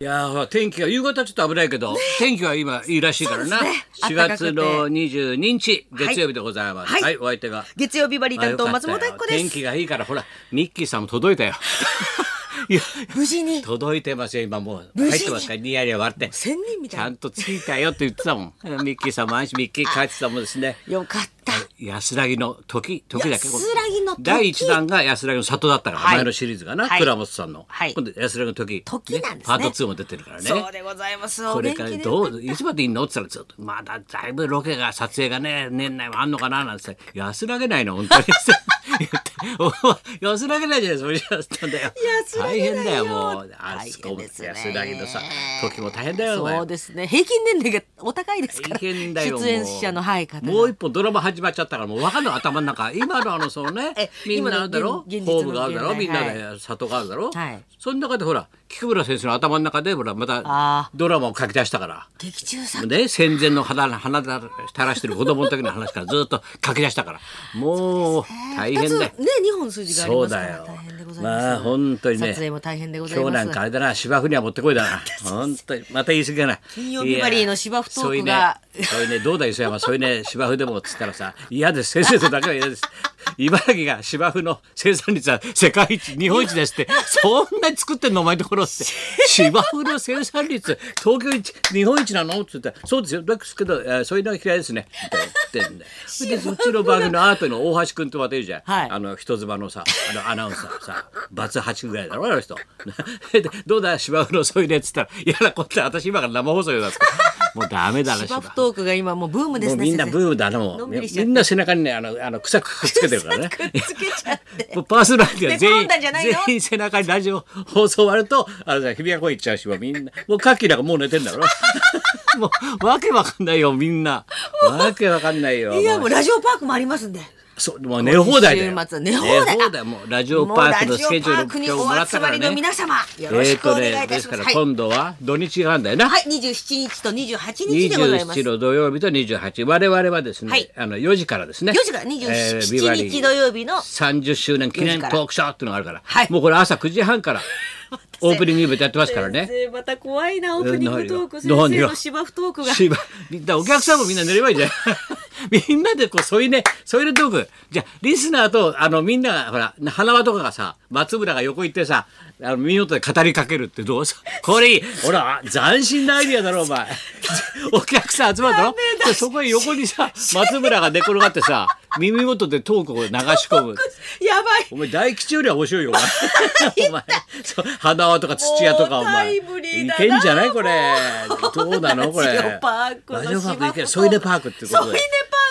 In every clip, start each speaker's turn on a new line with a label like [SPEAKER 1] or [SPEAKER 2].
[SPEAKER 1] いやー天気が夕方ちょっと危ないけど、天気は今いいらしいからな、
[SPEAKER 2] そうです
[SPEAKER 1] 4
[SPEAKER 2] ね暖かくて
[SPEAKER 1] 月の22日
[SPEAKER 2] い
[SPEAKER 1] 月曜日でございますは、
[SPEAKER 2] はいい
[SPEAKER 1] お相手が
[SPEAKER 2] 月曜日バリ
[SPEAKER 1] あ
[SPEAKER 2] 担
[SPEAKER 1] よか
[SPEAKER 2] 当
[SPEAKER 1] った
[SPEAKER 2] 松本
[SPEAKER 1] よ
[SPEAKER 2] 明子で
[SPEAKER 1] 天
[SPEAKER 2] す
[SPEAKER 1] 気がいいからほらニッキーさんも届い たよいや
[SPEAKER 2] 無事に
[SPEAKER 1] 届いてますよ今もう
[SPEAKER 2] 無事に
[SPEAKER 1] 入ってますからニヤニヤ笑って
[SPEAKER 2] 千人み
[SPEAKER 1] ち
[SPEAKER 2] た
[SPEAKER 1] ゃ
[SPEAKER 2] い
[SPEAKER 1] んと着いたよって言ってたもんミッキーさんも安心ミッキー帰ってたもんですね
[SPEAKER 2] なよかった
[SPEAKER 1] 安らぎの時時だっけ
[SPEAKER 2] 安らぎの時
[SPEAKER 1] 第一弾が安らぎの里だったから、
[SPEAKER 2] はい
[SPEAKER 1] 前のシリーズがな、
[SPEAKER 2] はい
[SPEAKER 1] 倉本さんの、
[SPEAKER 2] はい
[SPEAKER 1] 今度安らぎの時
[SPEAKER 2] 時なんですね
[SPEAKER 1] パート2も出てるからね
[SPEAKER 2] そうでございます
[SPEAKER 1] これからど
[SPEAKER 2] う
[SPEAKER 1] ういつまでいいのって言ったらずっとまだだいぶロケが撮影がね年内もあんのかななんて言って安らげないの本当に 言ってお安らげないじゃないそれじゃったんだよ
[SPEAKER 2] 安ら
[SPEAKER 1] 大
[SPEAKER 2] げ
[SPEAKER 1] 変
[SPEAKER 2] ないよ
[SPEAKER 1] だよもうあ
[SPEAKER 2] 大
[SPEAKER 1] そこ
[SPEAKER 2] 変
[SPEAKER 1] も
[SPEAKER 2] ですね
[SPEAKER 1] 安らぎのさ時も大変だよお前
[SPEAKER 2] そうですね平均年齢がお高いですから
[SPEAKER 1] 大変だよ
[SPEAKER 2] 出演者のはい方が
[SPEAKER 1] もう一本ドラマ始まっちゃったからもう分かんない頭の中今のあのそのね
[SPEAKER 2] え
[SPEAKER 1] みんなあるだろホ
[SPEAKER 2] 今の現現実の
[SPEAKER 1] ームがあるだろ
[SPEAKER 2] 現代
[SPEAKER 1] みんな
[SPEAKER 2] は
[SPEAKER 1] で里があるだろ、
[SPEAKER 2] はい
[SPEAKER 1] その中でほら菊村先生の頭の中でほらまた
[SPEAKER 2] あ
[SPEAKER 1] ドラマを書き出したから。
[SPEAKER 2] 劇中さん
[SPEAKER 1] ね、戦前の花花だ垂らしてる子供の時の話からずっと書き出したからもう大変だよ
[SPEAKER 2] 二。つね二本数字があり
[SPEAKER 1] そ
[SPEAKER 2] ま
[SPEAKER 1] う
[SPEAKER 2] すか
[SPEAKER 1] だ
[SPEAKER 2] ら
[SPEAKER 1] よ
[SPEAKER 2] 大変でございます
[SPEAKER 1] まあ本当にね
[SPEAKER 2] 撮影も大変でござい
[SPEAKER 1] 今
[SPEAKER 2] ま
[SPEAKER 1] 日
[SPEAKER 2] す
[SPEAKER 1] なんかあれだな芝生には持ってこいだな 本当にまた言い過ぎだな
[SPEAKER 2] 金曜日バリーの芝生トークが
[SPEAKER 1] いやそういうねそういうねどうだ磯山そういうね芝生でもっつったらさ嫌です先生とだけは嫌です茨城が芝生の生産率は世界一日本一ですってそんなに作ってんのお前のところって芝生の生産率東京一日本一なのって言ったらそうですよですけど、えーそういうのが嫌いですねって言ってんだよそれでそっちの番組のアートの大橋君とまたいるじゃん、
[SPEAKER 2] はい
[SPEAKER 1] あの人妻のさあのアナウンサーさバツ8ぐらいだろあの人 でどうだ芝生のそういうねっつったら「いやなこった私今から生放送よ」だっつってもうダメだな
[SPEAKER 2] 芝生
[SPEAKER 1] も
[SPEAKER 2] トークが今もうブームです
[SPEAKER 1] う
[SPEAKER 2] ね
[SPEAKER 1] みんな
[SPEAKER 2] 先
[SPEAKER 1] ブームだなも
[SPEAKER 2] の
[SPEAKER 1] うん
[SPEAKER 2] びりしちゃ
[SPEAKER 1] み
[SPEAKER 2] って
[SPEAKER 1] んな背中にねあのあの草くっつけてるからね
[SPEAKER 2] 生 くっつけちゃって
[SPEAKER 1] もうパーソナリティは全
[SPEAKER 2] 寝転んだんじゃない
[SPEAKER 1] 員
[SPEAKER 2] の
[SPEAKER 1] 全員背中にラジオ放送終わるとあのさ日比谷公園行っちゃうしもうみんなもうカッキーなんかもう寝てんだ ろもうわけわかんないよみんなわけわかんないよ
[SPEAKER 2] いや
[SPEAKER 1] もう
[SPEAKER 2] もうラジオパークもありますんで
[SPEAKER 1] そうもう寝放題だよ
[SPEAKER 2] 今週末寝放題だ
[SPEAKER 1] もうラジオパークのスケジュール今日もら
[SPEAKER 2] もうラジオパー
[SPEAKER 1] っ
[SPEAKER 2] クに
[SPEAKER 1] た
[SPEAKER 2] お集ま
[SPEAKER 1] から
[SPEAKER 2] りの
[SPEAKER 1] ね
[SPEAKER 2] 皆様よろしくお願いい
[SPEAKER 1] えーとね
[SPEAKER 2] た
[SPEAKER 1] で
[SPEAKER 2] し
[SPEAKER 1] す
[SPEAKER 2] ま
[SPEAKER 1] から
[SPEAKER 2] すはい
[SPEAKER 1] 今度は土日があるんだよな、
[SPEAKER 2] はい27日と28日でございます
[SPEAKER 1] 27の土曜日と28我々はですね、
[SPEAKER 2] はい
[SPEAKER 1] あの4時からですね
[SPEAKER 2] 4時から27日土曜日の
[SPEAKER 1] 30周年記念
[SPEAKER 2] 4時
[SPEAKER 1] ト
[SPEAKER 2] から
[SPEAKER 1] ークショーっていうのがあるから、
[SPEAKER 2] はい
[SPEAKER 1] もうこれ朝9時半 からオープニングイベントやってますからね
[SPEAKER 2] 先生また怖いなオープニングトーク先
[SPEAKER 1] 何
[SPEAKER 2] 生
[SPEAKER 1] よ
[SPEAKER 2] の芝生トークが
[SPEAKER 1] 芝みんなお客さんもみんな寝ればいいじゃ んみんなでこう添い寝添い寝トークじゃあリスナーとあのみんながほら花輪とかがさ松村が横行ってさあの耳元で語りかけるってどうすこれいいほら斬新なアイディアだろお 前お客さん集まるだろでそこへ横にさ松村が寝転がってさ耳元でトークを流し込む
[SPEAKER 2] やばい
[SPEAKER 1] お前大吉よりは面白い よお前お前そう花輪とか土屋とか
[SPEAKER 2] も
[SPEAKER 1] お
[SPEAKER 2] う
[SPEAKER 1] 前
[SPEAKER 2] タイムリー
[SPEAKER 1] い
[SPEAKER 2] だな
[SPEAKER 1] けんじゃないこれどうなのこれ
[SPEAKER 2] ラジオパークの
[SPEAKER 1] ラジオパークいける
[SPEAKER 2] 芝
[SPEAKER 1] ソ
[SPEAKER 2] 生
[SPEAKER 1] イデパークってことで
[SPEAKER 2] ソイデ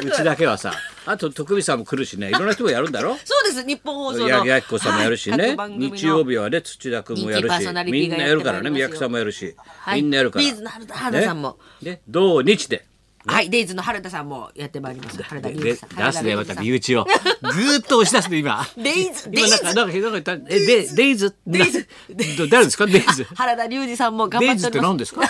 [SPEAKER 2] パーク
[SPEAKER 1] うちだけはさあと徳光さんも来るしねいろんな人もやるんだろ
[SPEAKER 2] そうです日本放送の
[SPEAKER 1] 八木亜希子さんもやるし
[SPEAKER 2] は
[SPEAKER 1] ね
[SPEAKER 2] い各番組の
[SPEAKER 1] 日曜日はね土田君もやる
[SPEAKER 2] 人気パー
[SPEAKER 1] し
[SPEAKER 2] ソナリテ
[SPEAKER 1] み
[SPEAKER 2] ィ
[SPEAKER 1] ん
[SPEAKER 2] が
[SPEAKER 1] な
[SPEAKER 2] や
[SPEAKER 1] や
[SPEAKER 2] って
[SPEAKER 1] るからね
[SPEAKER 2] まいりま
[SPEAKER 1] 三宅
[SPEAKER 2] すよ
[SPEAKER 1] さんもやるし
[SPEAKER 2] はい
[SPEAKER 1] みんなやるから
[SPEAKER 2] ビーズの原田原田さんも
[SPEAKER 1] ねで同日で
[SPEAKER 2] はいデイズの原田さんもやってまいります原田
[SPEAKER 1] で
[SPEAKER 2] 龍二
[SPEAKER 1] 出
[SPEAKER 2] さん
[SPEAKER 1] すねまた身
[SPEAKER 2] ュ
[SPEAKER 1] 内をぐーっと押し出すね今
[SPEAKER 2] デイズデイ
[SPEAKER 1] 今
[SPEAKER 2] ズ
[SPEAKER 1] なんかなんかなんか言ったえデイデイズデイズ誰ですかデイズ
[SPEAKER 2] 原田龍二さんも頑張ってお
[SPEAKER 1] デイ
[SPEAKER 2] り
[SPEAKER 1] ズって
[SPEAKER 2] ます
[SPEAKER 1] 何ですか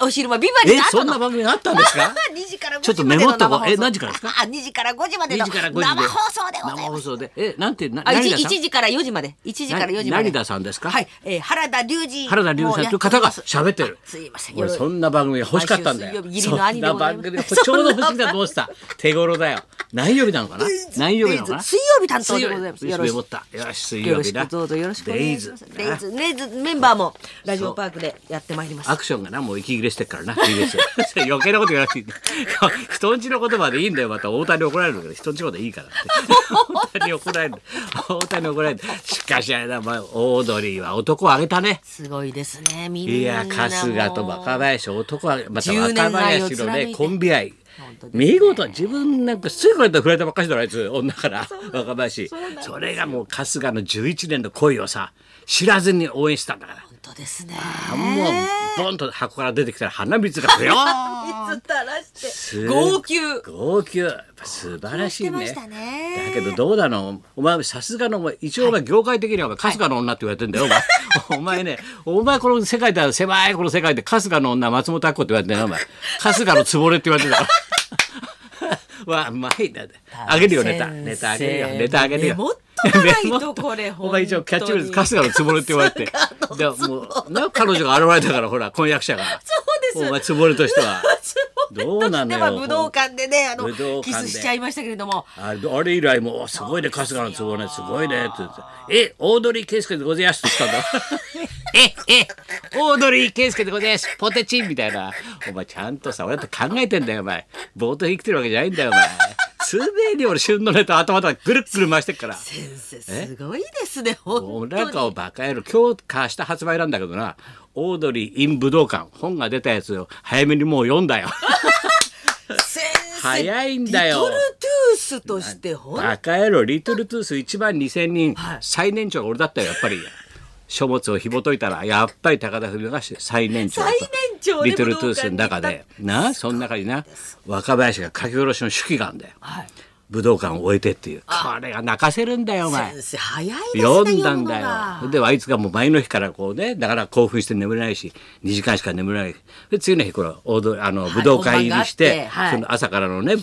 [SPEAKER 2] お昼間ビバリー
[SPEAKER 1] え
[SPEAKER 2] があった
[SPEAKER 1] そ
[SPEAKER 2] の
[SPEAKER 1] んな番組があったんですか
[SPEAKER 2] 2時から5
[SPEAKER 1] ちょっと
[SPEAKER 2] 時
[SPEAKER 1] メ
[SPEAKER 2] まで
[SPEAKER 1] モ
[SPEAKER 2] の
[SPEAKER 1] っとこ
[SPEAKER 2] 生放
[SPEAKER 1] う
[SPEAKER 2] 送
[SPEAKER 1] え何時からですか
[SPEAKER 2] あ2時から5時まで
[SPEAKER 1] 2
[SPEAKER 2] の
[SPEAKER 1] 時
[SPEAKER 2] 生
[SPEAKER 1] から5時
[SPEAKER 2] 放
[SPEAKER 1] で
[SPEAKER 2] 送でございます
[SPEAKER 1] 生放送でえなんてな
[SPEAKER 2] あ
[SPEAKER 1] 何
[SPEAKER 2] 1
[SPEAKER 1] ださん
[SPEAKER 2] 時から4時まで1時から4時ま
[SPEAKER 1] な
[SPEAKER 2] で
[SPEAKER 1] 成田さんですか
[SPEAKER 2] はい、えー、原田龍二
[SPEAKER 1] 原田龍二さんという方が喋ってる
[SPEAKER 2] あすいません
[SPEAKER 1] 俺そんな番組が欲しかったんだよ
[SPEAKER 2] 毎週
[SPEAKER 1] そ
[SPEAKER 2] 水曜日義理の兄
[SPEAKER 1] ん
[SPEAKER 2] で
[SPEAKER 1] な
[SPEAKER 2] ござい
[SPEAKER 1] 番
[SPEAKER 2] ます
[SPEAKER 1] 組がちょうど欲しいなと思ってた手頃だよ何曜日なのかな何曜日なのかな
[SPEAKER 2] 水曜日担当でございます
[SPEAKER 1] 水曜日メモったよし水曜日だ
[SPEAKER 2] よろしくどうぞよろしくお願いします
[SPEAKER 1] デイズ
[SPEAKER 2] レイズレイズメンバーもラジオパークでやってまいります
[SPEAKER 1] アクションがなもう息切れしてっからな TBS 余計なこと言わなくていい んだ人んちの言葉でいいんだよまた大谷怒られるけど人んちのことはいいからって大谷怒られる大谷怒られるしかしあれだ、まあ、オードリーは男をあげたね
[SPEAKER 2] すごいですねみんない
[SPEAKER 1] や春日と若林男はまた
[SPEAKER 2] 10
[SPEAKER 1] 若
[SPEAKER 2] 年来を
[SPEAKER 1] 林の
[SPEAKER 2] 貫
[SPEAKER 1] ね
[SPEAKER 2] いて
[SPEAKER 1] コンビ愛
[SPEAKER 2] 本当ですね
[SPEAKER 1] 見事自分なんかすぐこれで振られたばっかりだろあいつ女から若林それがもう春日の11年の恋をさ知らずに応援してたんだから
[SPEAKER 2] 本当ですね
[SPEAKER 1] もうボンと箱から出てきたら鼻水がふよーん
[SPEAKER 2] 水垂らして
[SPEAKER 1] す
[SPEAKER 2] 号泣
[SPEAKER 1] 号泣やっぱ素晴らしい
[SPEAKER 2] 号泣
[SPEAKER 1] ね
[SPEAKER 2] してましたね
[SPEAKER 1] だけどどうだのお前さすがのお前一応お前業界的にはお前春日の女って言われてんだよ、 お前お前ねお前この世界では狭いこの世界 で春日の女松本明子って言われてんだよお前春日のつぼれって言われてたからは、まあ、あげるよ、ネタ。ネ
[SPEAKER 2] 先生
[SPEAKER 1] タあげるよ、ネタあげるよ。
[SPEAKER 2] メモっとかないと
[SPEAKER 1] メモっ
[SPEAKER 2] こ れ
[SPEAKER 1] お前一応
[SPEAKER 2] 本当
[SPEAKER 1] キャッチ
[SPEAKER 2] に
[SPEAKER 1] フレーズ、春日のつぼれって言われて。でもう、な、彼女が現れたから、ほら、婚約者が。
[SPEAKER 2] そうです
[SPEAKER 1] お前、つぼれとしては。どうなの
[SPEAKER 2] で
[SPEAKER 1] よ
[SPEAKER 2] は武道館でねあの
[SPEAKER 1] 武道館
[SPEAKER 2] キ
[SPEAKER 1] で
[SPEAKER 2] スしちゃいましたけれども
[SPEAKER 1] あれあれ以来もお「すごいね春日のつぼねすごいね」って言って「えオードリー・ケイスケでございます」って言ったんだ ええオードリー・ケイスケでございますポテチンみたいなお前ちゃんとさ俺だって考えてんだよお前ぼーっと生きてるわけじゃないんだよお前常に俺旬のネタ頭とぐるっぐる回してっから
[SPEAKER 2] 先生すごいですね本当
[SPEAKER 1] 俺
[SPEAKER 2] に
[SPEAKER 1] なんかをバカやる今日か明日発売なんだけどなオードリー・イン武道館本が出たやつを早めにもう読んだよ
[SPEAKER 2] 先生
[SPEAKER 1] 早いんだよ
[SPEAKER 2] リトルトゥースとして本
[SPEAKER 1] バカ野郎リトルトゥース1万2000人、
[SPEAKER 2] はい
[SPEAKER 1] 最年長が俺だったよやっぱり書物を紐解いたらやっぱり高田文夫が最年長だった
[SPEAKER 2] 最年長で
[SPEAKER 1] リトルトゥースの中
[SPEAKER 2] 武道
[SPEAKER 1] でなその中にな若林が書き下ろしの手記があるんだよ
[SPEAKER 2] はい
[SPEAKER 1] 武道館を終えてっていうこれが泣かせるんだよお前
[SPEAKER 2] 先生早いですね
[SPEAKER 1] 読んだんだ
[SPEAKER 2] 読むのが
[SPEAKER 1] よ。で、あいつがもう前の日からこうね、だから興奮して眠れないし、2時間しか眠れない。で、次の日、これ、おどあの、
[SPEAKER 2] い
[SPEAKER 1] 武道館入りして、
[SPEAKER 2] 本番があってはい
[SPEAKER 1] その朝からのね、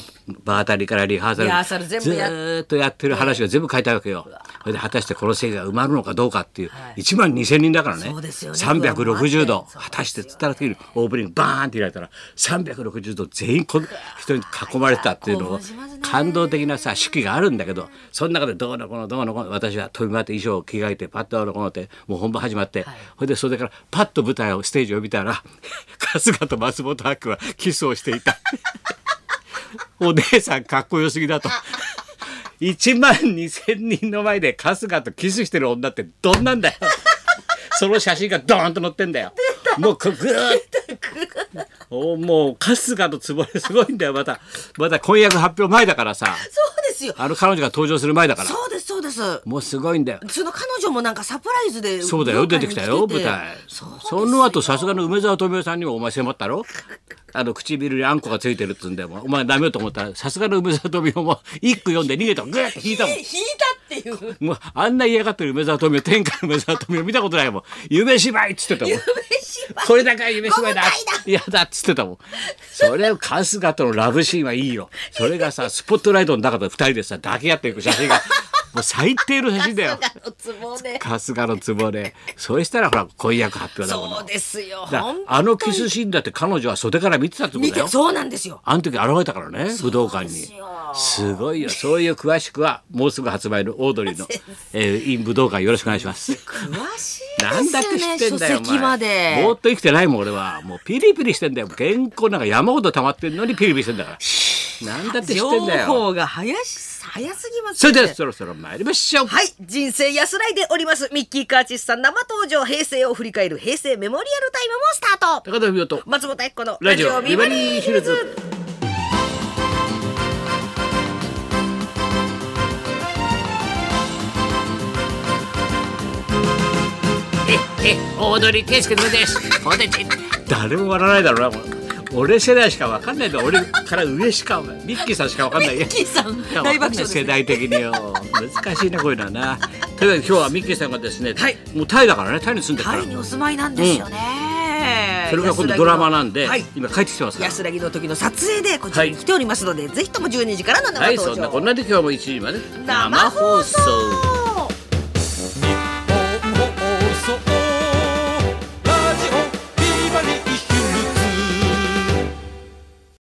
[SPEAKER 1] 場当たりからリハーサル。
[SPEAKER 2] リハーサル全部やっ
[SPEAKER 1] ずーっとやってる話が全部書いてあるわけよ。それで、果たしてこの世界が埋まるのかどうかっていう、
[SPEAKER 2] はい
[SPEAKER 1] 1万2000人だからね。
[SPEAKER 2] そうですよね
[SPEAKER 1] 360
[SPEAKER 2] そう
[SPEAKER 1] 度
[SPEAKER 2] で、すよ
[SPEAKER 1] 果たしてつったらるオープニングバーンって開いたら、360度全員この人に囲まれてたっていうの
[SPEAKER 2] 興
[SPEAKER 1] を
[SPEAKER 2] 奮しますね、
[SPEAKER 1] 感動的なさ手記があるんだけどその中でどうのこうのどうのこうの私は飛び回って衣装を着替えてパッとどうのこうのってもう本番始まって、それでそれからパッと舞台をステージを見たら 春日と松本白はキスをしていたお姉さんかっこよすぎだと。1万2,000人の前で春日とキスしてる女ってどんなんだよその写真がドーンと載ってんだよもうこうグーッおもう春日のつぼれすごいんだよまたまた婚約発表前だからさ
[SPEAKER 2] そうですよ
[SPEAKER 1] あの彼女が登場する前だから
[SPEAKER 2] そうですそうです
[SPEAKER 1] もうすごいんだよ
[SPEAKER 2] その彼女もなんかサプライズで
[SPEAKER 1] そうだよ
[SPEAKER 2] 武道
[SPEAKER 1] 出
[SPEAKER 2] 館
[SPEAKER 1] てき
[SPEAKER 2] に来
[SPEAKER 1] たよ舞台
[SPEAKER 2] そ
[SPEAKER 1] そう
[SPEAKER 2] です
[SPEAKER 1] の後さすがの梅沢富美男さんにもお前迫ったろ あの唇にあんこがついてるっつうんでもうお前ダメよと思ったらさすがの梅沢富美男も一句読んで逃げたもんグーッて引いたもん
[SPEAKER 2] え引いたっていう
[SPEAKER 1] もうあんな嫌がってる梅沢富美男天下の梅沢富美男見たことないもん夢芝居っつってたもん
[SPEAKER 2] 嬉しい
[SPEAKER 1] これだから夢芝居だ
[SPEAKER 2] ご
[SPEAKER 1] 嫌だっつってたもんそれを春日とのラブシーンはいいよそれがさスポットライトの中で二人でさ抱き合っていく写真 がもう最低の写真だよ
[SPEAKER 2] 春日のツボで
[SPEAKER 1] 春日のつぼでそしたらほら婚約発表だもの
[SPEAKER 2] そうですよ
[SPEAKER 1] だから
[SPEAKER 2] 本
[SPEAKER 1] あのキスシーンだって彼女は袖から見てたって
[SPEAKER 2] 当
[SPEAKER 1] こと
[SPEAKER 2] 見
[SPEAKER 1] だ
[SPEAKER 2] て
[SPEAKER 1] よ
[SPEAKER 2] そうなんですよ
[SPEAKER 1] あの時現れたからね武道館に
[SPEAKER 2] すよ
[SPEAKER 1] すごいよそういう詳しくはもうすぐ発売のオードリーの
[SPEAKER 2] 先
[SPEAKER 1] 「えー、イン武道館」よろしくお願いします。
[SPEAKER 2] 詳しいで
[SPEAKER 1] なんだって知って
[SPEAKER 2] す
[SPEAKER 1] ん
[SPEAKER 2] よね
[SPEAKER 1] だよ、
[SPEAKER 2] 書籍ま
[SPEAKER 1] お前ぼー
[SPEAKER 2] で
[SPEAKER 1] っと生きてないもん、俺は。もうピリピリしてんだよ。原稿なんか山ほど溜まってんのにピリピリしてんだから。なんだって知
[SPEAKER 2] 情
[SPEAKER 1] ってんだよ。
[SPEAKER 2] 報が早し早すぎます
[SPEAKER 1] そ
[SPEAKER 2] よ
[SPEAKER 1] れで
[SPEAKER 2] ね
[SPEAKER 1] はそろそろ参りましょう。
[SPEAKER 2] はい人生安らいでおりますミッキー・カーチスさん生登場平成を振り返る平成メモリアルタイムもスタート
[SPEAKER 1] 高田文夫と、
[SPEAKER 2] 松本明子の
[SPEAKER 1] ラジオビバリーヒルズ。え、え、オードリー・ケイスケです。ポテチ。誰も笑わないだろうな、もう俺世代しかわかんないんだ。俺から上しか、お前ミッキーさんしかわかん ないよ。
[SPEAKER 2] ミッキーさん
[SPEAKER 1] いや
[SPEAKER 2] 大爆笑です
[SPEAKER 1] 世代的によ難しいなこういうのはなというわけで今日はミッキーさんがですね、
[SPEAKER 2] はい
[SPEAKER 1] もうタイだからねタイに住んでるか
[SPEAKER 2] タ
[SPEAKER 1] ら
[SPEAKER 2] イにお住まいなんですよね、
[SPEAKER 1] それが今度ドラマなんで、
[SPEAKER 2] はい
[SPEAKER 1] 今帰ってきてますから
[SPEAKER 2] 安らぎの時の撮影でこちらに来ておりますので、ぜひとも12時からの生
[SPEAKER 1] はい
[SPEAKER 2] 登場、
[SPEAKER 1] そんなこんなで今日も1時まで
[SPEAKER 2] 生放送